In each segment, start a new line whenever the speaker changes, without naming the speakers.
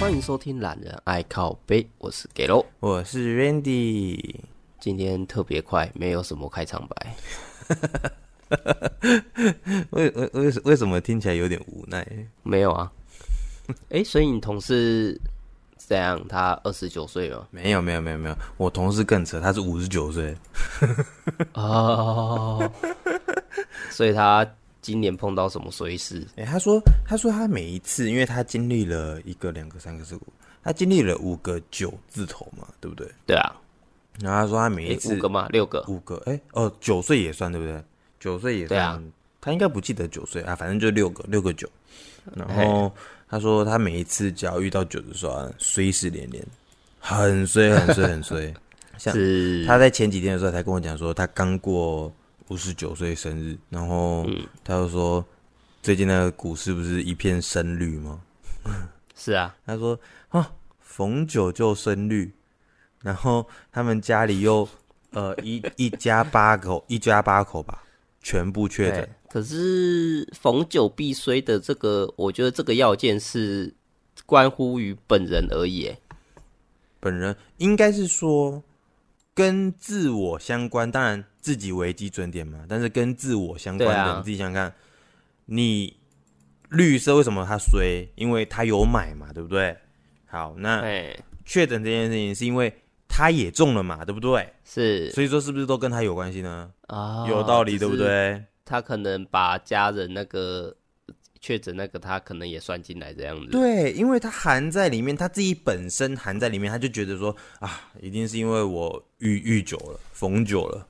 欢迎收听《懒人爱靠背》，我是 g e l o
我是 Randy，
今天特别快，没有什么开场白，
为为为什为什么听起来有点无奈？
没有 啊。哎、所以你同事是怎样？他二十九岁吗？
没有没有没有没有，我同事更扯，他是五十九岁，
哦， 所以他今年碰到什么衰事？
哎、他说他说他每一次，因为他经历了一个、两个、三个、四个，他经历了五个九字头嘛，对不对？
对啊，
然后他说他每
诶
一次、
五个吗？六个？
五个，哎、哦，九岁也算对不对？九岁也
对
算，
啊
他应该不记得九岁啊，反正就六个，六个九。然后他说他每一次只要遇到九的时候啊，衰事连连，很衰，很衰，很衰。像
是
他在前几天的时候才跟我讲说，他刚过五十九岁生日，然后他就说，最近那个股市不是一片深绿吗？
是啊，
他说啊，逢九就深绿，然后他们家里又呃一一家八口，一家八口吧，全部确诊
对。。哎可是逢九必衰的这个，我觉得这个要件是关乎于本人而已。诶
本人应该是说跟自我相关，当然自己为基准点嘛，但是跟自我相关的，
对啊
你自己想想看，你绿色为什么他衰？因为他有买嘛，对不对？好，那
哎，
确诊这件事情是因为他也中了嘛，对不对？
是
所以说是不是都跟他有关系呢？
啊，
有道理，对不
就是
对？
他可能把家人那个确诊那个，他可能也算进来这样子。
对，因为他含在里面，他自己本身含在里面，他就觉得说啊，一定是因为我遇遇久了，逢久了，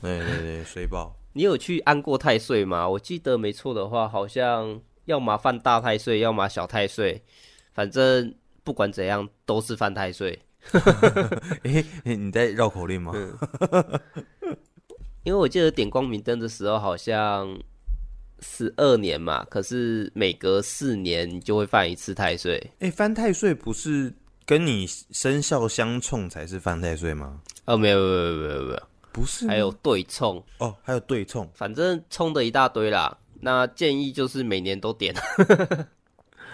对对对，衰爆。
你有去安过太岁吗？我记得没错的话，好像要么犯大太岁，要么小太岁，反正不管怎样都是犯太岁。
诶、你在绕口令吗？
因为我记得点光明灯的时候，好像十二年嘛，可是每隔四年你就会犯一次太岁。
诶、犯太岁不是跟你生肖相冲才是犯太岁吗？
哦，没有没有没有没有没有，
不是吗，
还有对冲，
哦，还有对冲。
反正冲的一大堆啦。那建议就是每年都点。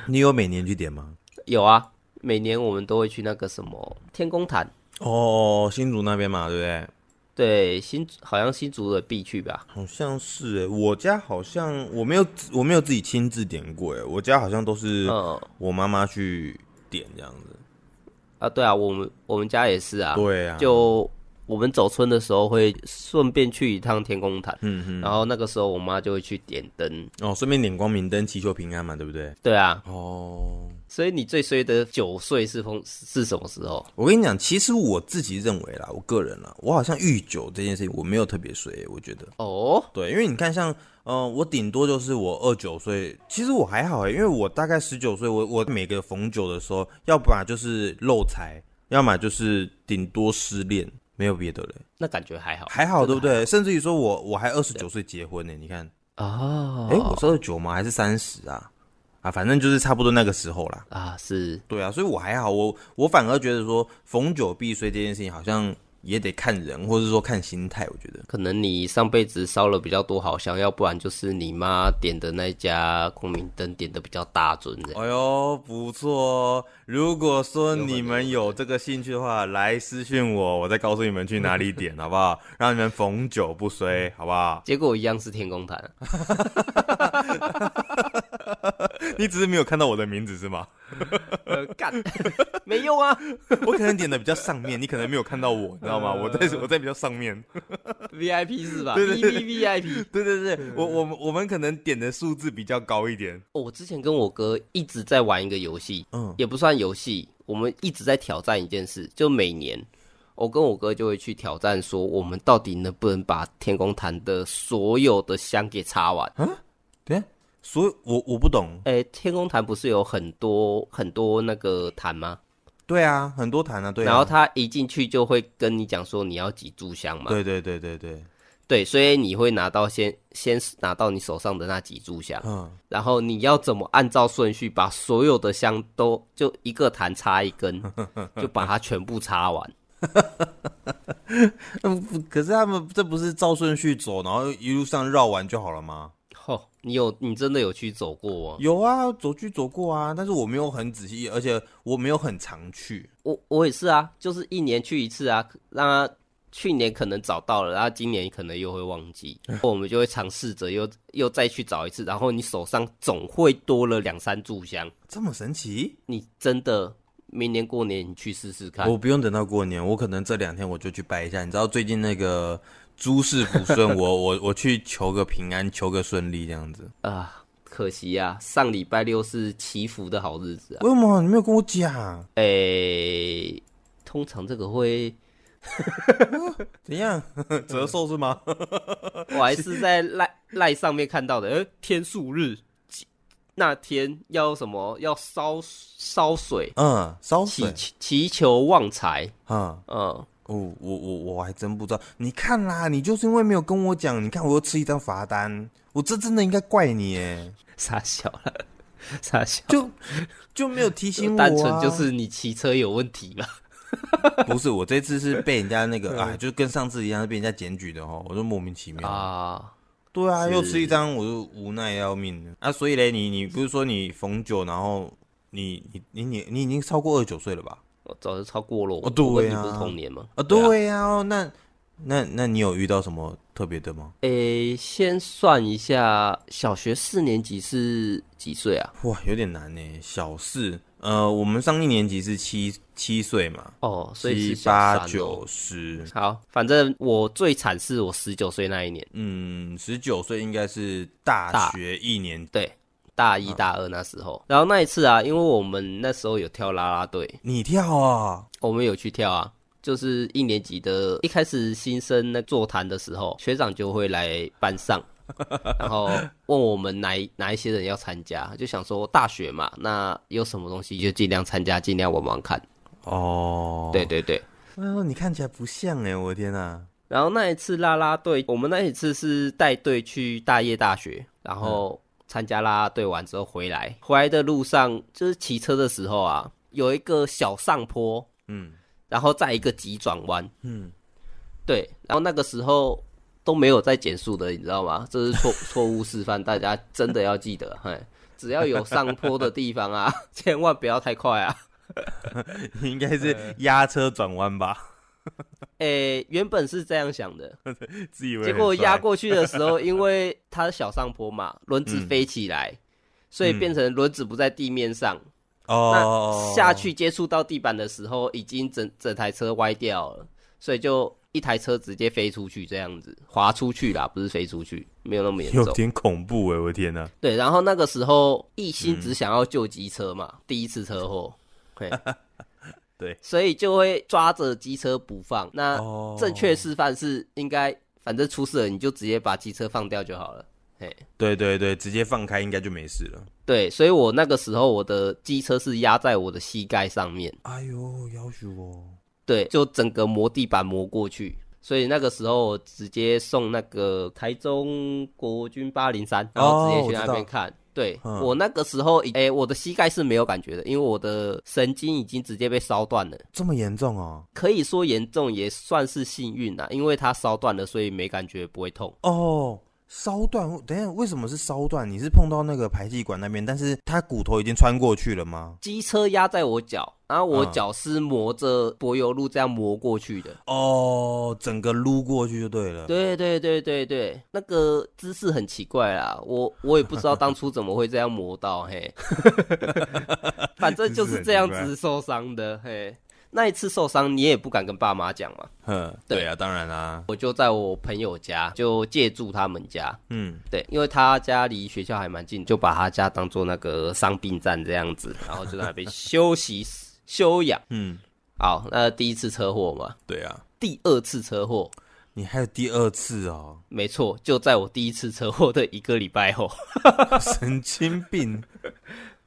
你有每年去点吗？
有啊，每年我们都会去那个什么天宫坛，
哦，新竹那边嘛，对不对？
对，新好像新竹的必去吧。
好像是诶，我家好像我没有我没有自己亲自点过诶，我家好像都是
嗯
我妈妈去点这样子。
啊，对啊，我们我们家也是啊，
对啊，
就我们走村的时候会顺便去一趟天宫坛，
嗯哼，
然后那个时候我妈就会去点灯。
哦，顺便点光明灯，祈求平安嘛，对不对？
对啊，
哦，
所以你最衰的九岁是风是什么时候？
我跟你讲，其实我自己认为啦，我个人啦，我好像酗酒这件事情我没有特别衰，我觉得
哦，
对，因为你看像，呃，我顶多就是我二九岁，其实我还好、欸，因为我大概十九岁，我我每个逢九的时候，要不然就是漏财，要么就是顶多失恋，没有别的了，
那感觉哦还好，
还好对不对？甚至于说我我还二十九岁结婚欸呢、你看，
哦，
哎、我是二九吗？还是三十啊？啊，反正就是差不多那个时候啦。
啊是
对啊，所以我还好，我我反而觉得说逢九必衰这件事情好像也得看人，或者说看心态。我觉得
可能你上辈子烧了比较多好香，要不然就是你妈点的那一家光明灯点的比较大尊这样。
哎呦，不错哦！如果说你们有这个兴趣的话，来私信我，我再告诉你们去哪 里点，好不好？让你们逢九不衰，好不好？
结果一样是天宫坛啊，
你只是没有看到我的名字是吗？
呃干， 没用啊，
我可能点的比较上面，你可能没有看到我，你知道吗？我 在我在比较上面。
VIP 是吧
对对对
v v VIP。
对对对，我我们我们可能点的数字比较高一点。
哦我之前跟我哥一直在玩一个游戏，
嗯
也不算游戏，我们一直在挑战一件事，就每年我跟我哥就会去挑战，说我们到底能不能把天宫坛的所有的香给插完。
对啊，所以我我不懂。
哎、天宫坛不是有很多很多那个坛吗？
对啊，很多谈啊，对啊。
然后他一进去就会跟你讲说你要几炷香嘛，
对对对对对，
对，所以你会拿到先先拿到你手上的那几炷香，
嗯，
然后你要怎么按照顺序把所有的香都就一个坛插一 根，就把它全部插完。
可是他们这不是照顺序走，然后一路上绕完就好了吗？
哦，你有你真的有去走过吗？
有啊，走去走过啊，但是我没有很仔细，而且我没有很常去。
我我也是啊，就是一年去一次啊，让他去年可能找到了，然后今年可能又会忘 记，我们就会尝试着又又再去找一次，然后你手上总会多了两三炷香，
这么神奇？
你真的明年过年你去试试看。
我不用等到过年，我可能这两天我就去拜一下。你知道最近那个 诸事不顺，我我我去求个平安，求个顺利这样子。
啊，可惜啊，上礼拜六是祈福的好日子啊。
为什么你没有跟我讲？
诶、通常这个会，
怎样？ 折寿是吗？
我还是在赖赖上面看到的。呃，天数日那天要什么？要烧烧水，
嗯，烧
祈
水。
祈求旺财。
嗯，
嗯，
哦，我我我还真不知道。你看啦，你就是因为没有跟我讲，你看我又吃一张罚单，我这真的应该怪你耶，
傻小了， 傻小。
就就没有提醒我、啊。
单纯就是 你骑车有问题吧？
不是我这次是被人家那 个啊，就跟上次一样是被人家检举的哦，我就莫名其妙。
啊，
对啊，
是
又吃一张，我就无奈要命了啊。所以嘞，你你不是说你逢九，然后你你你你你已经超过二十九岁了吧？
我早就超过了我。
哦对啊
我跟你不是同年吗？
啊，对呀、哦那那那你有遇到什么特别的吗？
诶、先算一下，小学四年级是几岁啊？
哇，有点难呢。小四，呃，我们上一年级是七七岁嘛，
哦，所以
七
是小三
八
哦
九十，
好，反正我最惨是我十九岁那一年，
嗯，十九岁应该是大学一年。
对，大一大二那时候。然后那一次啊，因为我们那时候有跳啦啦队，
你跳啊，
我们有去跳啊，就是一年级的一开始新生那座谈的时候，学长就会来班 上。然后问我们哪一哪一些人要参加，就想说大学嘛，那有什么东西就尽量参加，尽量玩玩看。
哦，
对对对，
嗯，你看起来不像哎，我的天啊！
然后那一次啦啦队，我们那一次是带队去大叶大学，然后参加啦啦队完之后回来，回来的路上就是骑车的时候啊，有一个小上坡，
嗯
然后再一个急转弯，
嗯，
对，然后那个时候都没有在减速的，你知道吗？这是错错误示范，大家真的要记得，嘿，只要有上坡的地方啊，千万不要太快啊。
你应该
呃
是压车转弯吧？
诶，原本是这样想的，
自以为
结
很
果压
帅
过去的时 候，因为它是小上坡嘛，轮子飞起来，
嗯
所以变成轮子不在地面上。
哦
那，下去接触到地板的时候，已经整整台车歪掉了，所以就一台车直接飞出去，这样子滑出去啦，不是飞出去，没有那么严
有
重。
点恐怖哎，我的天呐、
对，然后那个时候一心只想要救机车 嘛，第一次车祸，嘿
对
所以就会抓着机车不放。那
哦
正确示范是应该，反正出事了你就直接把机车放掉就好了。嘿，
对对对，直接放开应该就没事了。
对，所以我那个时候我的机车是压在我的膝盖上面，
哎呦，要求哦，
对，就整个磨地板磨过去。所以那个时候我直接送那个台中国军八零三，然后直接去那边看。对
嗯
我那个时候已，诶、我的膝盖是没有感觉的，因为我的神经已经直接被烧断了，
这么严重哦？
可以说严重，也算是幸运啦，因为它烧断了，所以没感觉，不会痛。
哦，烧断？等一下，为什么是烧断？你是碰到那个排气管那边，但是他骨头已经穿过去了吗？
机车压在我脚，然后我
嗯
脚是磨着柏油路这样磨过去的。
哦，整个撸过去就对了。
对对对对对，那个姿势很奇怪啦，我我也不知道当初怎么会这样磨到，嘿，反正就是这样子受伤的，嘿。那一次受伤，你也不敢跟爸妈讲嘛，
哼，
对
对啊，当然啦、
我就在我朋友家，就借住他们家，
嗯，
对，因为他家离学校还蛮近，就把他家当做那个伤病站这样子，然后就在那边休息休养。
嗯，
好，那第一次车祸嘛，
对啊，
第二次车祸，
你还有第二次哦，
没错，就在我第一次车祸的一个礼拜后。
神经病。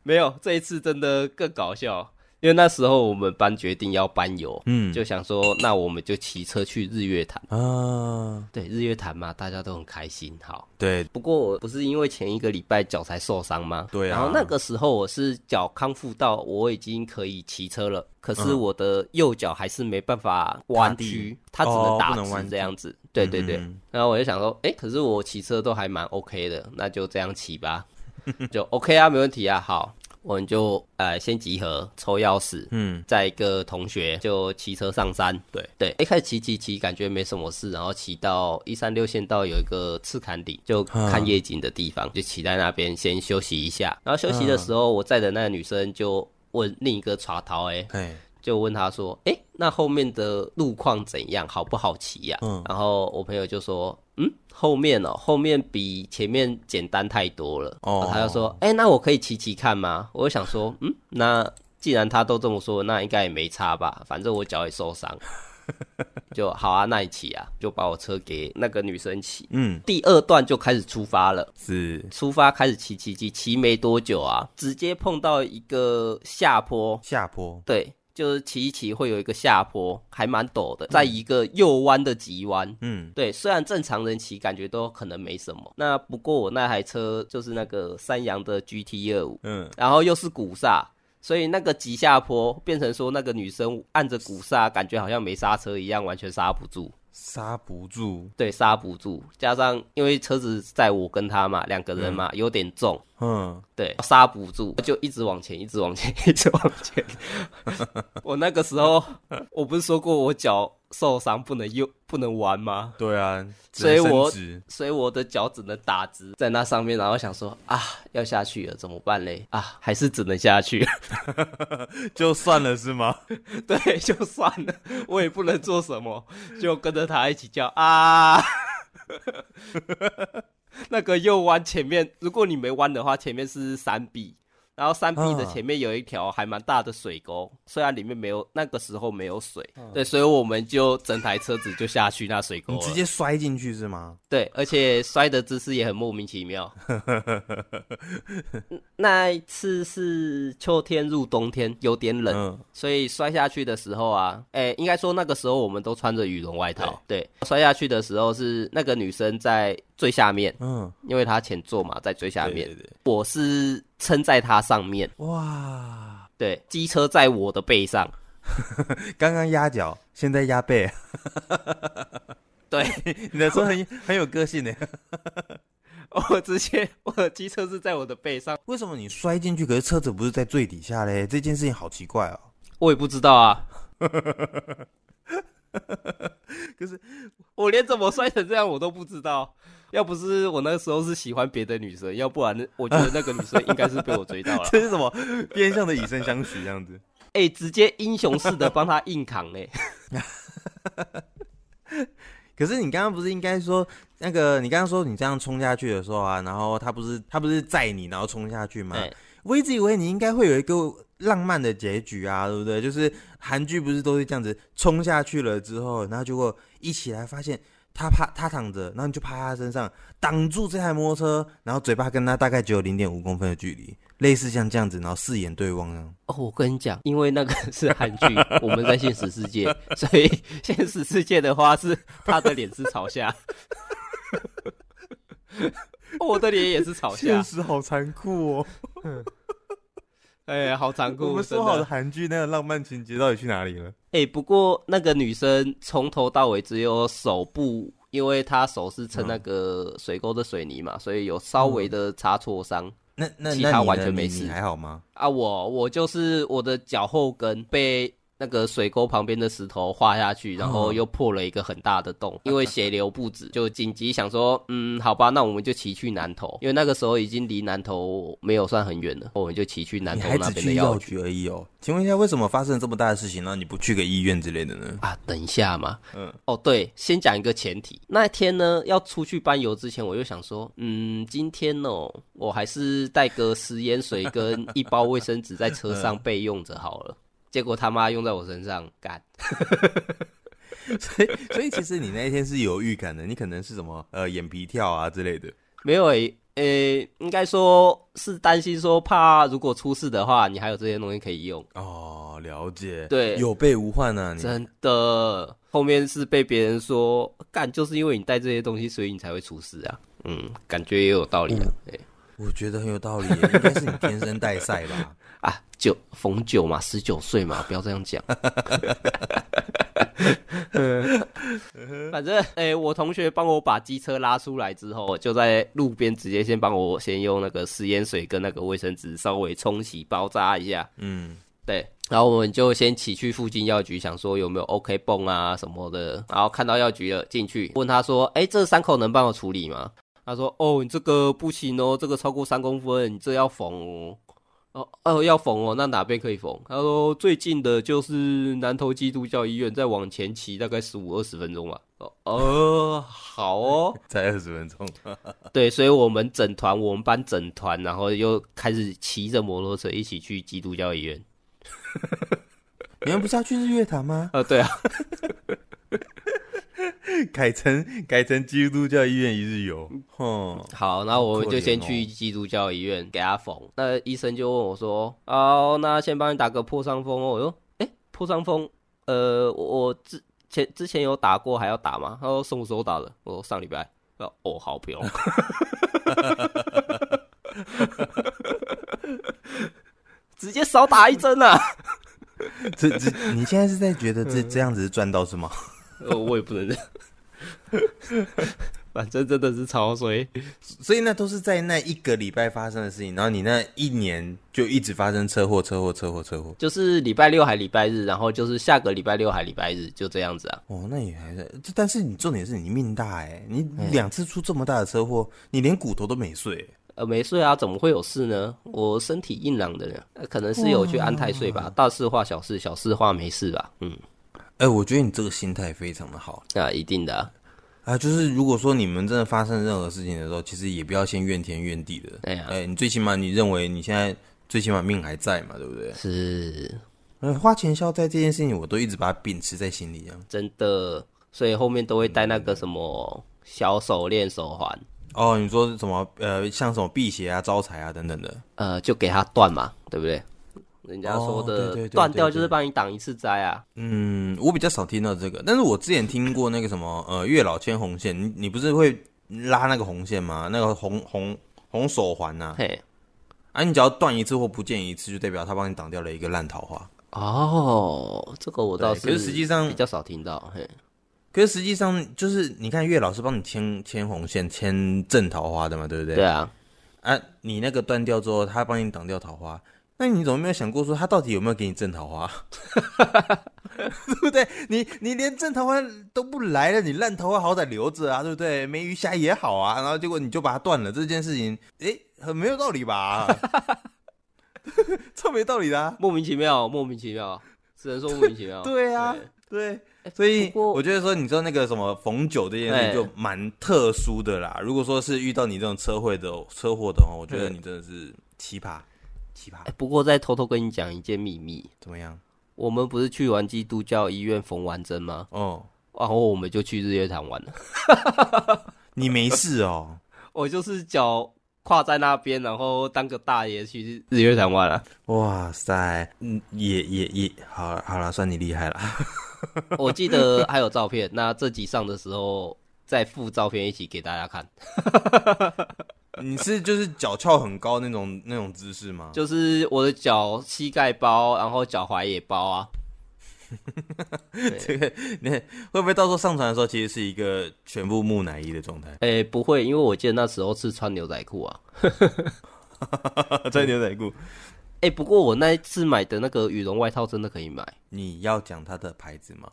没有，这一次真的更搞笑，因为那时候我们班决定要班游，
嗯
就想说那我们就骑车去日月潭。
啊，
对，日月潭嘛，大家都很开心。好，
对，
不过我不是因为前一个礼拜脚才受伤吗？
对啊
然后那个时候我是脚康复到我已经可以骑车了，可是
嗯
我的右脚还是没办法弯曲，它只能
哦
打
不能弯
直
曲
这样子。对对对。
嗯
然后我就想说，诶，可是我骑车都还蛮 OK 的，那就这样骑吧， 就 OK 啊，没问题啊。好，我们就呃先集合，抽钥匙。
嗯，
再一个同学就骑车上山，
对
对，一开始骑骑骑，感觉没什么事，然后骑到一三六县道有一个赤坎顶，就看夜景的地方，就骑在那边先休息一下。然后休息的时候，我载的那个女生就问另一个茶桃，哎，
哎，
就问他说，哎、那后面的路况怎样，好不好骑呀、
嗯
然后我朋友就说，嗯，后面哦，后面比前面简单太多了。
哦
然后他就说，哎、那我可以骑骑看吗？我就想说，嗯，那既然他都这么说，那应该也没差吧，反正我脚也受 伤，就好啊，那你骑啊，就把我车给那个女生骑。
嗯，
第二段就开始出发了。
是
出发开始骑骑骑骑没多久啊，直接碰到一个下坡，
下坡，
对，就是骑一骑会有一个下坡，还蛮陡的，在一个右弯的急弯。
嗯，
对，虽然正常人骑感觉都可能没什么，那不过我那台车就是那个三洋的 GT 二五，
嗯，
然后又是鼓刹，所以那个急下坡变成说那个女生按着鼓刹，感觉好像没刹车一样，完全刹不住。
刹不住，
对，刹不住，加上因为车子载我跟他嘛，两个人嘛，有点重，
嗯，
对，刹不住，就一直往前，一直往前， 一直往前。我那个时候，我不是说过我脚受伤不能右不能弯吗？
对啊，只
所以
能伸
我
直
所以我的脚只能打直在那上面，然后想说啊，要下去了怎么办嘞？啊，还是只能下去。
就算了 是吗？
对，就算了，我也不能做什么，就跟着他一起叫啊。 那个右弯前面，如果你没弯的话，前面是山壁，然后山壁的
啊
前面有一条还蛮大的水沟，虽然里面没有那个时候没有水，对，所以我们就整台车子就下去那水沟
啊你
了，
直接摔进去是吗？
对，而且摔的姿势也很莫名其 妙。嗯那一次是秋天入冬天，有点冷，
嗯，
所以摔下去的时候啊，哎、应该说那个时候我们都穿着羽绒外套。对，摔下去的时候是那个女生在最下面，
嗯，
因为她前座嘛，在最下
对
面，
对对，
我是撑在她上面，
哇，
对，机车在我的背 上，
刚刚压脚，现在压背，
对
你的车很很有个性呢。
我直接我的机车是在我的背上，
为什么你摔进去，可是车子不是在最底下嘞？这件事情好奇怪哦。
我也不知道 啊，
可是
我连怎么摔成这样我都不知道。要不是我那时候是喜欢别的女生，要不然我觉得那个女生应该是被我追到了。
这是什么变相的以身相许这样子？
哎、直接英雄式的帮她硬扛哎嘞、
可是你刚刚不是应该说那个？你刚刚说你这样冲下去的时候啊，然后他不是他不是载你，然后冲下去吗？
哎
我一直以为你应该会有一个浪漫的结局啊，对不对？就是韩剧不是都是这样子冲下去了之后，然后结果一起来发现他趴他躺着，然后你就趴他身上挡住这台摩托车，然后嘴巴跟他大概只有零点五公分的距离，类似像这样子，然后四眼对望这样。
哦，我跟你讲，因为那个是韩剧，我们在现实世界，所以现实世界的话是他的脸是朝下，我的脸也是朝下。
实好残酷哦！
哎、好残酷！真的
韩剧那个浪漫情节到底去哪里了？
哎、不过那个女生从头到尾只有手部，因为她手是撑那个水沟的水泥嘛，所以有稍微的擦挫伤。
那那
其
那
他
你
完
呢
全
你
没
你
事
还好吗？
啊，我我就是我的脚后跟被那个水沟旁边的石头划下去，然
哦
后又破了一个很大的洞，因为血流不止，就紧急想说，嗯，好吧，那我们就骑去南头，因为那个时候已经离南头没有算很远了，我们就骑去南
你
头
还
啊那
只
边的
去药
药
局而已哦。请问一下，为什么发生这么大的事情，然后你不去个医院之类的呢？
啊，等一下嘛。
嗯
嗯，哦，对，先讲一个前提。那天呢，要出去班游之前，我就想说，嗯，今天哦，我还是带个食盐水跟一包卫生纸在车上备用着好了。结果他妈用在我身上，干。
所以，所以其实你那一天是有预感的，你可能是什么呃眼皮跳啊之类的。
没有诶、呃、应该说是担心说怕如果出事的话，你还有这些东西可以用。
哦，了解，
对
有备无患啊，你
真的，后面是被别人说干，就是因为你带这些东西，所以你才会出事啊。嗯，感觉也有道理啊。对
我觉得很有道理耶，应该是你天生带赛 吧？
啊，九逢九嘛，十九岁嘛，不要这样讲。 反正，哎、我同学帮我把机车拉出来之后，就在路边直接先帮我先用那个食盐水跟那个卫生纸稍微冲洗包扎一下。
嗯，
对，然后我们就先骑去附近药局，想说有没有 OK 泵啊什么的。然后看到药局了，进去问他说：“哎，这伤口能帮我处理吗？”他说：“哦，你这个不行哦，这个超过三公分，你这要缝哦。”哦哦，要缝哦，那哪边可以缝？他说最近的就是南投基督教医院，再往前骑大概十五二十分钟吧。哦哦，好哦，
才二十分钟，
对，所以我们整团，我们班整团，然后又开始骑着摩托车一起去基督教医院。
你们不是要去日月潭吗？
呃，对啊，
改成改成基督教医院一日游，
嗯
哦哼，
好，那我们
可
就先
怜哦
去基督教医院给他缝。那医生就问我说：“哦，那先帮你打个破伤风哦。”我说：“哎、破伤风，呃，我我之前之前有打过，还要打吗？”他说：“什么时候打的？”我说：“上礼拜。”哦，哦，好，不用。 直接少打一针啊！
这这，你现在是在觉得这这样子是赚到是吗？
呃，我也不能。 反正真的是潮水，
所以那都是在那一个礼拜发生的事情，然后你那一年就一直发生车祸、车祸、车祸、车祸。
就是礼拜六还礼拜日，然后就是下个礼拜六还礼拜日，就这样子啊。
哦，那也还是，这但是你重点是你命大哎、你两次出这么大的车祸，你连骨头都没碎、欸
呃，没睡啊，怎么会有事呢？我身体硬朗的呢，呃可能是有去安太岁吧。大事化小事，小事化没事吧。嗯，
哎、我觉得你这个心态非常的好
那、一定的、啊。
啊！就是如果说你们真的发生任何事情的时候，其实也不要先怨天怨地的。
哎呀
哎、你最起码你认为你现在最起码命还在嘛，对不对？
是
呃花钱消灾这件事情，我都一直把它秉持在心里啊。
真的，所以后面都会带那个什么小手链、手环，
哦，你说什么？呃，像什么辟邪啊、招财啊等等的。
呃，就给它断嘛，对不对？人家说
哦对对
的
对
断、
对
掉
对
就是帮你挡一次灾啊。
嗯，我比较少听到这个，但是我之前听过那个什么，呃，月老牵红线，你你不是会拉那个红线吗？那个红红红手环呐、
嘿，
啊，你只要断一次或不见一次，就代表他帮你挡掉了一个烂桃花。
哦，这个我倒
对可是实际上
比较少听到。嘿，
可是实际上就是，你看月老是帮你牵牵红线、牵正桃花的嘛，对不对？
对啊，
啊，你那个断掉之后，他帮你挡掉桃花，那你怎么没有想过说他到底有没有给你正桃花？对不对？你你连正桃花都不来了，你烂桃花好歹留着啊，对不对？没鱼虾也好啊，然后结果你就把它断了，这件事情，诶，很没有道理吧？ 超没道理的、啊，
莫名其妙，莫名其妙，只能说莫名其妙。 哎
对啊，对。所以
不过
我觉得说，你说那个什么逢九这件事
哎
情就蛮特殊的啦。如果说是遇到你这种车祸的车祸的话，我觉得
嗯
你真的是奇葩，奇葩
哎、。不过再偷偷跟你讲一件秘密，
怎么样？
我们不是去完基督教医院缝完针吗？
哦，
然后我们就去日月潭玩了。
你没事哦？
我就是脚跨在那边，然后当个大爷去日月潭玩了、啊
哇塞，嗯，也也也，好了好了，算你厉 害了。
我记得还有照片，那这集上的时候再附照片一起给大家看。
你是就是脚翘很高那种那种姿势吗？
就是我的脚膝盖包，然后脚踝也包啊。
这个，你会不会到时候上传的时候，其实是一个全部木乃伊的 状态，
哎、不会，因为我记得那时候是穿牛仔裤啊。
穿牛仔裤？
哎、不过我那一次买的那个羽绒外套真的可以买，
你要讲它的牌子吗？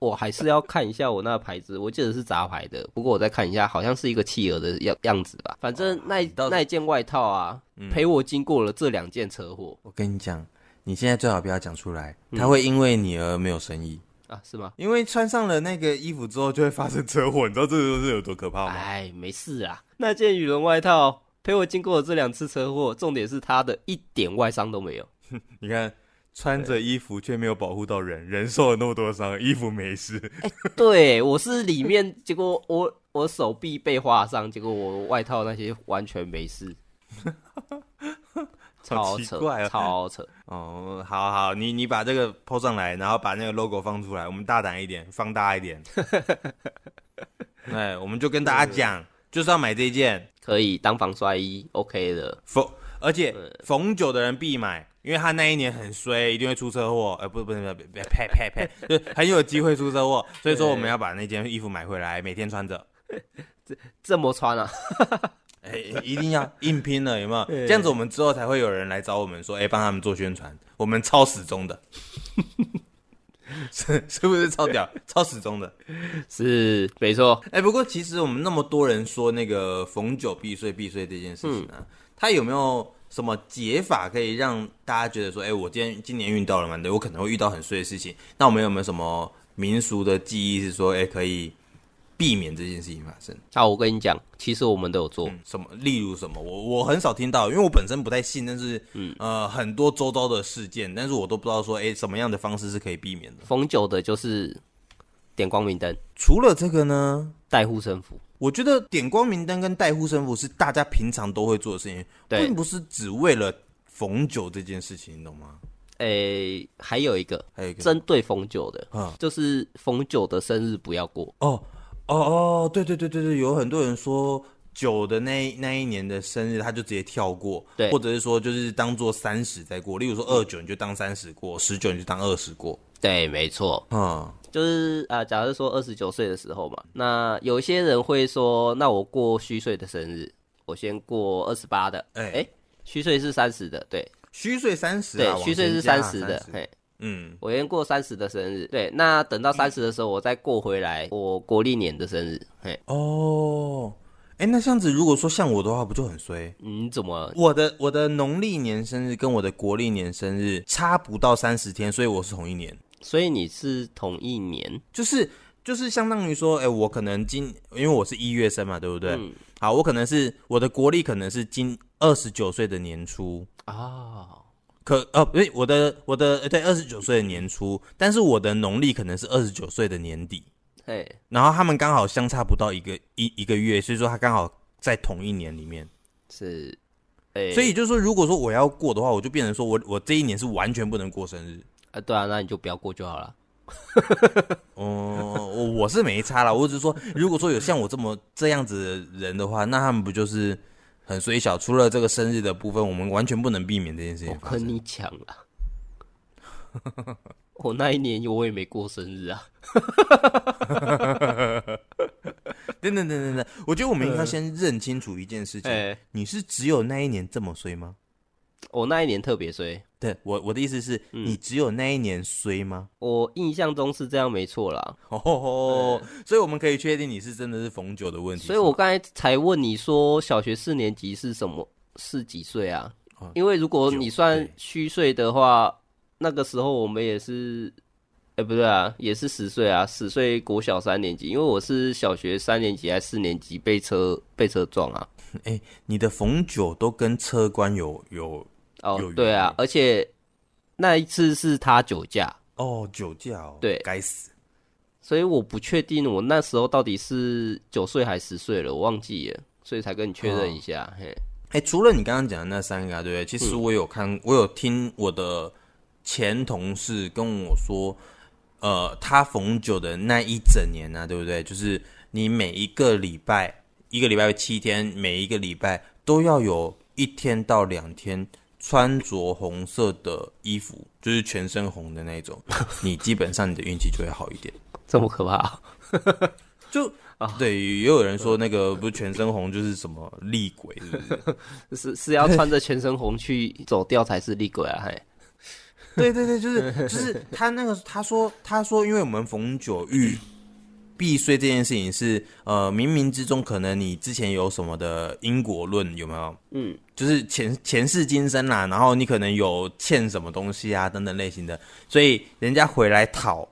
我还是要看一下我那个牌子，我记得是杂牌的，不过我再看一下，好像是一个企鹅的样样子吧。反正那一
哦到时嗯
那一件外套啊，陪我经过了这两件车祸
我跟你讲，你现在最好不要讲出来，它会因为你而没有生意，
啊，是吗？
因为穿上了那个衣服之后就会发生车祸，你知道这个是有多可怕吗？
哎，没事啊，那件羽绒外套 陪我经过了这两次车祸，重点是它的一点外伤都没有。
你看，穿着衣服却没有保护到人，人受了那么多伤，衣服没事。
对，我是里面，结果我我手臂被划伤，结果我外套那些完全没 事，
好
超
奇
扯，
怪哦
超扯。
哦，好好，你你把这个 PO 上来，然后把那个 logo 放出来，我们大胆一点，放大一 点。哎，我们就跟大家讲，就是要买这一件
可以当防摔衣，OK 的。
逢，而且逢九的人必买，因为他那一年很衰，一定会出车祸。呃，不是不是不是，呸呸呸， 就是很有机会出车祸。所以说我们要把那件衣服买回来，每天穿着。
这么穿啊？
哎、一定要硬拼了，有没有？这样子我们之后才会有人来找我们说，哎、帮他们做宣传，我们超始终的， 是是不是超屌、超始终的？
是，没错。
哎、不过其实我们那么多人说那个逢九必睡必睡这件事情啊，它有没有什么解法可以让大家觉得说，哎、我今天今年遇到了蛮对，我可能会遇到很衰的事情，那我们有没有什么民俗的记忆是说，哎、可以避免这件事情发生？
那、啊我跟你讲，其实我们都有做，
嗯什么，例如什么，我我很少听到，因为我本身不太信，但是嗯呃很多周遭的事件，但是我都不知道说，哎、什么样的方式是可以避免的。
逢九的就是点光明灯、
除了这个呢，
带护身符。
我觉得点光明灯跟带护身符是大家平常都会做的事情，
对
并不是只为了逢九这件事情，你懂吗？
诶、还有一个
还有一个，
针对逢九的，
嗯
就是逢九的生日不要过。
哦哦哦，对对对对对，有很多人说。九的那那一年的生日，他就直接跳过，
对嗯
或者是说就是当做三十再过，例如说二九你就当三十过，十九你就当二十过，
对，没错，
嗯，
就是啊、呃假设说二十九岁的时候嘛，那有些人会说，那我过虚岁的生日，我先过二十八的，
哎
诶虚岁是三十的，对
虚岁三十、
对
啊，，往
虚岁
前
是
加
三
啊
十的，
30
嘿，
嗯，
我先过三十的生日，对，那等到三十的时候，我再过回来，我国历年的生日，嘿，
哦，哎、那这样子，如果说像我的话，不就很衰？
你怎么
我的我的农历年生日跟我的国历年生日差不到三十天，所以我是同一年，
所以你是同一年，
就是就是相当于说，哎、我可能今因为我是一月生嘛，对不对？好，我可能是我的国历可能是今二十九岁的年初，
哦，
可呃，不对，我的我的呃对二十九岁的年初，但是我的农历可能是二十九岁的年底，
嘿，
然后他们刚好相差不到一个一一个月，所以说他刚好在同一年里面。
是，哎、
所以就是说，如果说我要过的话，我就变成说我我这一年是完全不能过生日。
啊，对啊，那你就不要过就好了。
哦、我我是没差啦，我只是说，如果说有像我这么这样子的人的话，那他们不就是很虽小？除了这个生日的部分，我们完全不能避免这件事情
我
发生。
跟你讲啦， 我那一年我也没过生日啊。
等等等等等，我觉得我们应该先认清楚一件事情：
哎
你是只有那一年这么衰吗？
我那一年特别衰，
对我我的意思是、
嗯
你只有那一年衰吗？
我印象中是这样没错啦。
哦，所以我们可以确定你是真的是逢九的问题。
所以我刚才才问你说小学四年级是什么是几岁啊
哦？
因为如果你算
对
虚岁的话，那个时候我们也是，哎、不对啊，也是十岁啊，十岁国小三年级，因为我是小学三年级还是四年级被车被车撞啊。
是哎、你的逢九都跟车关有有有
哦
原，
对啊
因，
而且那一次是他酒驾，
哦酒驾哦，
对
该死。
所以我不确定我那时候到底是九岁还十岁了，我忘记了，所以才跟你确
哦
认一下。嘿，
哎、除了你刚刚讲的那三个、啊，对不对？其实我有看，我有听我的前同事跟我说，呃，他逢九的那一整年呢、啊，对不对？就是你每一个礼拜，一个礼拜有七天，每一个礼拜都要有一天到两天穿着红色的衣服，就是全身红的那种，你基本上你的运气就会好一点。
这么可怕啊、
就对，也有人说那个不是全身红就是什么厉鬼，是不是？
是是要穿着全身红去走掉才是厉鬼啊！嘿，
对对对，就是就是他那个他说他说，因为我们逢九遇避税这件事情是呃冥冥之中可能你之前有什么的因果论有没有？嗯，就是前前世今生啦、然后你可能有欠什么东西啊等等类型的，所以人家回来讨。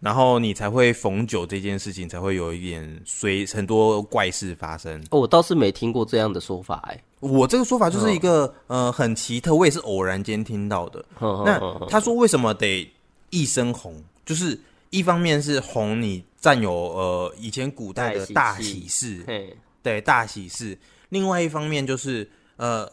然后你才会逢酒这件事情才会有一点随很多怪事发生。
哦，我倒是没听过这样的说法、欸，哎，
我这个说法就是一个、呃很奇特，我也是偶然间听到的。
嗯
那他说为什么得一身红？就是一方面是红你占有呃以前古代的
大
大
喜
喜事，
嘿，
对大喜事。另外一方面就是呃，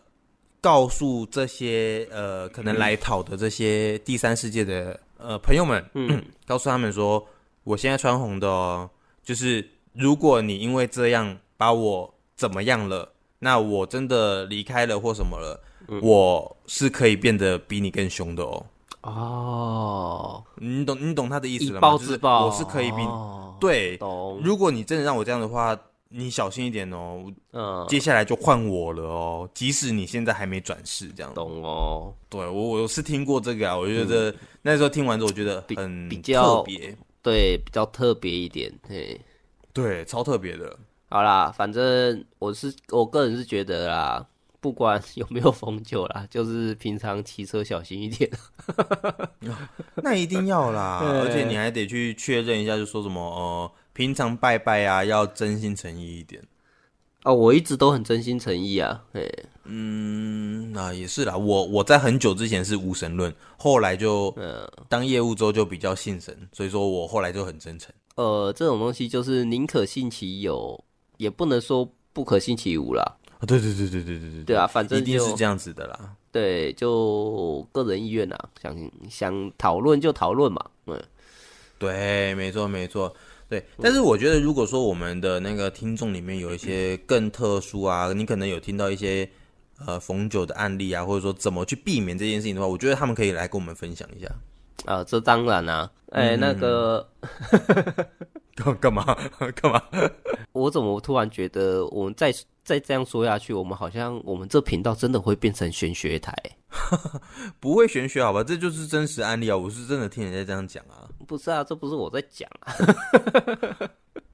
告诉这些呃可能来讨的这些第三世界的呃朋友们，嗯， 告诉他们说，我现在穿红的哦，就是如果你因为这样把我怎么样了，那我真的离开了或什么了，我是可以变得比你更凶的哦。
哦，
你懂你懂他的意
以
思了吗？
暴
就是
制暴，
我是可以比你、
哦
对。
懂，
如果你真的让我这样的话，你小心一点哦，
嗯，
接下来就换我了哦，即使你现在还没转世，这样。
懂哦。
对我，我是听过这个啊，我觉得、那时候听完之后，我觉得很
比较
特别，
对，比较特别一点。嘿，
对，超特 别的。
好啦，反正我是我个人是觉得啦，不管 有没有逢酒啦，就是平常骑车小心一点。
那一定要啦，
对
而且你还得去确认一下，就说什么呃，平常拜拜啊，要真心诚意一点。
哦，我一直都很真心诚意啊。嘿，
嗯，那、也是啦。我我在很久之前是无神论，后来就、当业务之后就比较信神，所以说我后来就很真诚。
呃，这种东西就是宁可信其有，也不能说不可信其无啦。
啊，对对对对对对对，
对啊反正
一定是
就
这样子的啦。
对，就个人意愿啦，想想讨论就讨论嘛。嗯，
对，没错，没错，对。但是我觉得，如果说我们的那个听众里面有一些更特殊啊，你可能有听到一些呃逢酒的案例啊，或者说怎么去避免这件事情的话，我觉得他们可以来跟我们分享一下。
啊、这当然啦、哎、那个，
干干嘛 干嘛？
我怎么突然觉得我们再再这样说下去，我们好像我们这频道真的会变成玄学台、
不会玄学好吧？这就是真实案例啊！我是真的听人家这样讲啊。
不是啊，这不是我在讲啊，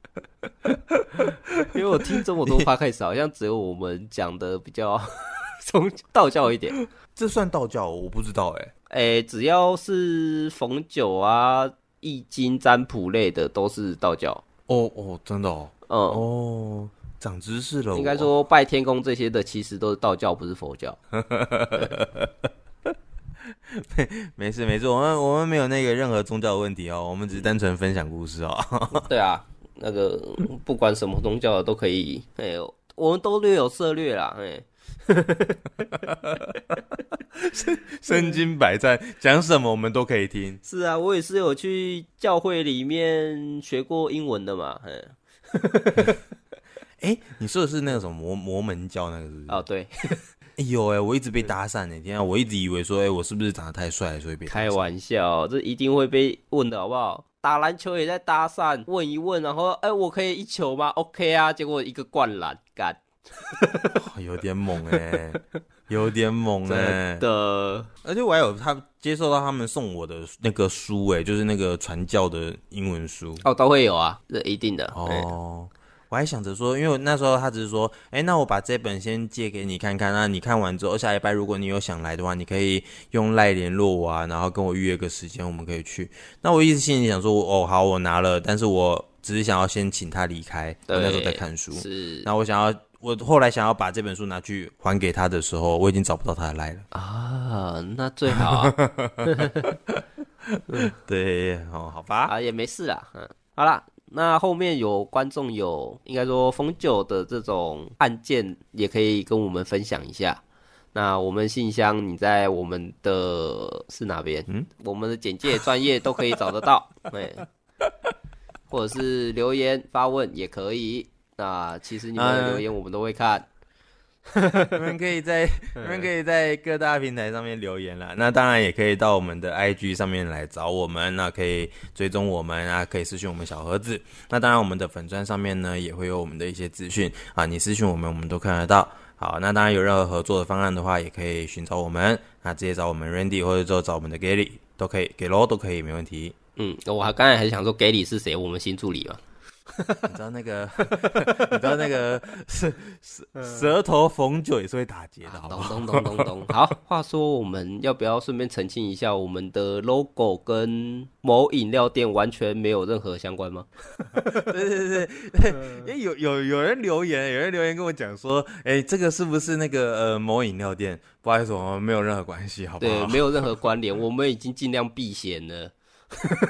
因为我听这么多 p 开始，好像只有我们讲的比较 从道教一点。
这算道教？我不知道哎、
哎、只要是逢酒啊、易经、占卜类的，都是道教。
哦哦，真的哦。
嗯，
哦，长知识了我。
应该说拜天公这些的，其实都是道教，不是佛教。
没事没事，我们我们没有那个任何宗教的问题哦，我们只是单纯分享故事哦。
对啊，那个不管什么宗教的都可以，哎、呦，我们都略有涉略啦，哎、
身经百战，讲什么我们都可以听。
是啊，我也是有去教会里面学过英文的嘛，哎、
哎、你说的是那个什么摩摩门教那个是不是？
哦对，
哎呦哎、我一直被搭讪哎、天啊，我一直以为说哎、我是不是长得太帅了，所以被搭
开
讪
玩笑，这一定会被问的好不好？打篮球也在搭讪，问一问，然后哎、我可以一球吗？OK 啊，结果一个灌篮，干
哦有点猛哎、 有点猛哎、
真的，
而且我还有他接受到他们送我的那个书哎、就是那个传教的英文书
哦都会有啊，这一定的
哦。
哎
我还想着说，因为我那时候他只是说，哎、那我把这本先借给你看看，那你看完之后，下礼拜如果你有想来的话，你可以用赖联络我啊，然后跟我预约个时间，我们可以去。那我一直心里想说，哦，好，我拿了，但是我只是想要先请他离开，我
对
那时候在看书。
是
那我想要，我后来想要把这本书拿去还给他的时候，我已经找不到他的赖了。
啊，那最好 啊。
对，哦，好吧，
啊，也没事啦。嗯，好啦，那后面有观众有应该说封酒的这种案件，也可以跟我们分享一下。那我们信箱你在我们的是哪边？嗯，我们的简介、专业都可以找得到。 对，或者是留言发问也可以。那其实你们的留言我们都会看。
你们可以在你们可以在各大平台上面留言啦。那当然也可以到我们的 IG 上面来找我们，那可以追踪我们啊，可以私讯我们小盒子。那当然我们的粉砖上面呢也会有我们的一些资讯啊，你私讯我们我们都看得到。好，那当然有任何合作的方案的话，也可以寻找我们，那直接找我们 Randy 或者说找我们的 Gary 都可以，给喽都可以，没问题。
嗯，我还刚才还想说，给你是谁？我们新助理嘛。
你知道那个， 你知道那个 是舌舌头缝酒也是会打结的，好不
咚
好？
啊咚咚咚咚。 好，话说我们要不要顺便澄清一下，我们的 logo 跟某饮料店完全没有任何相关吗？
对对对对，因为有有有人留言，有人留言跟我讲说，哎、这个是不是那个呃某饮料店？不好意思，我们没有任何关系，好不
对，
好？
没有任何关联，我们已经尽量避嫌 了。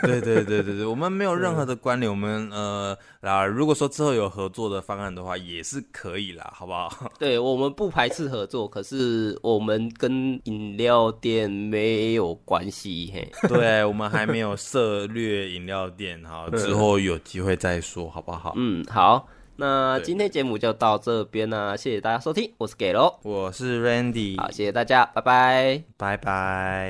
对对对对对，我们没有任何的关联，我们呃啊，如果说之后有合作的方案的话，也是可以啦，好不好？
对我们不排斥合作，可是我们跟饮料店没有关系。嘿，
对，我们还没有涉略饮料店，好，之后有机会再说，好不好？
嗯，好，那
对
今天节目就到这边啦、谢谢大家收听，我是给喽，
嗯我是 Randy，
好，谢谢大家，拜拜。
拜拜。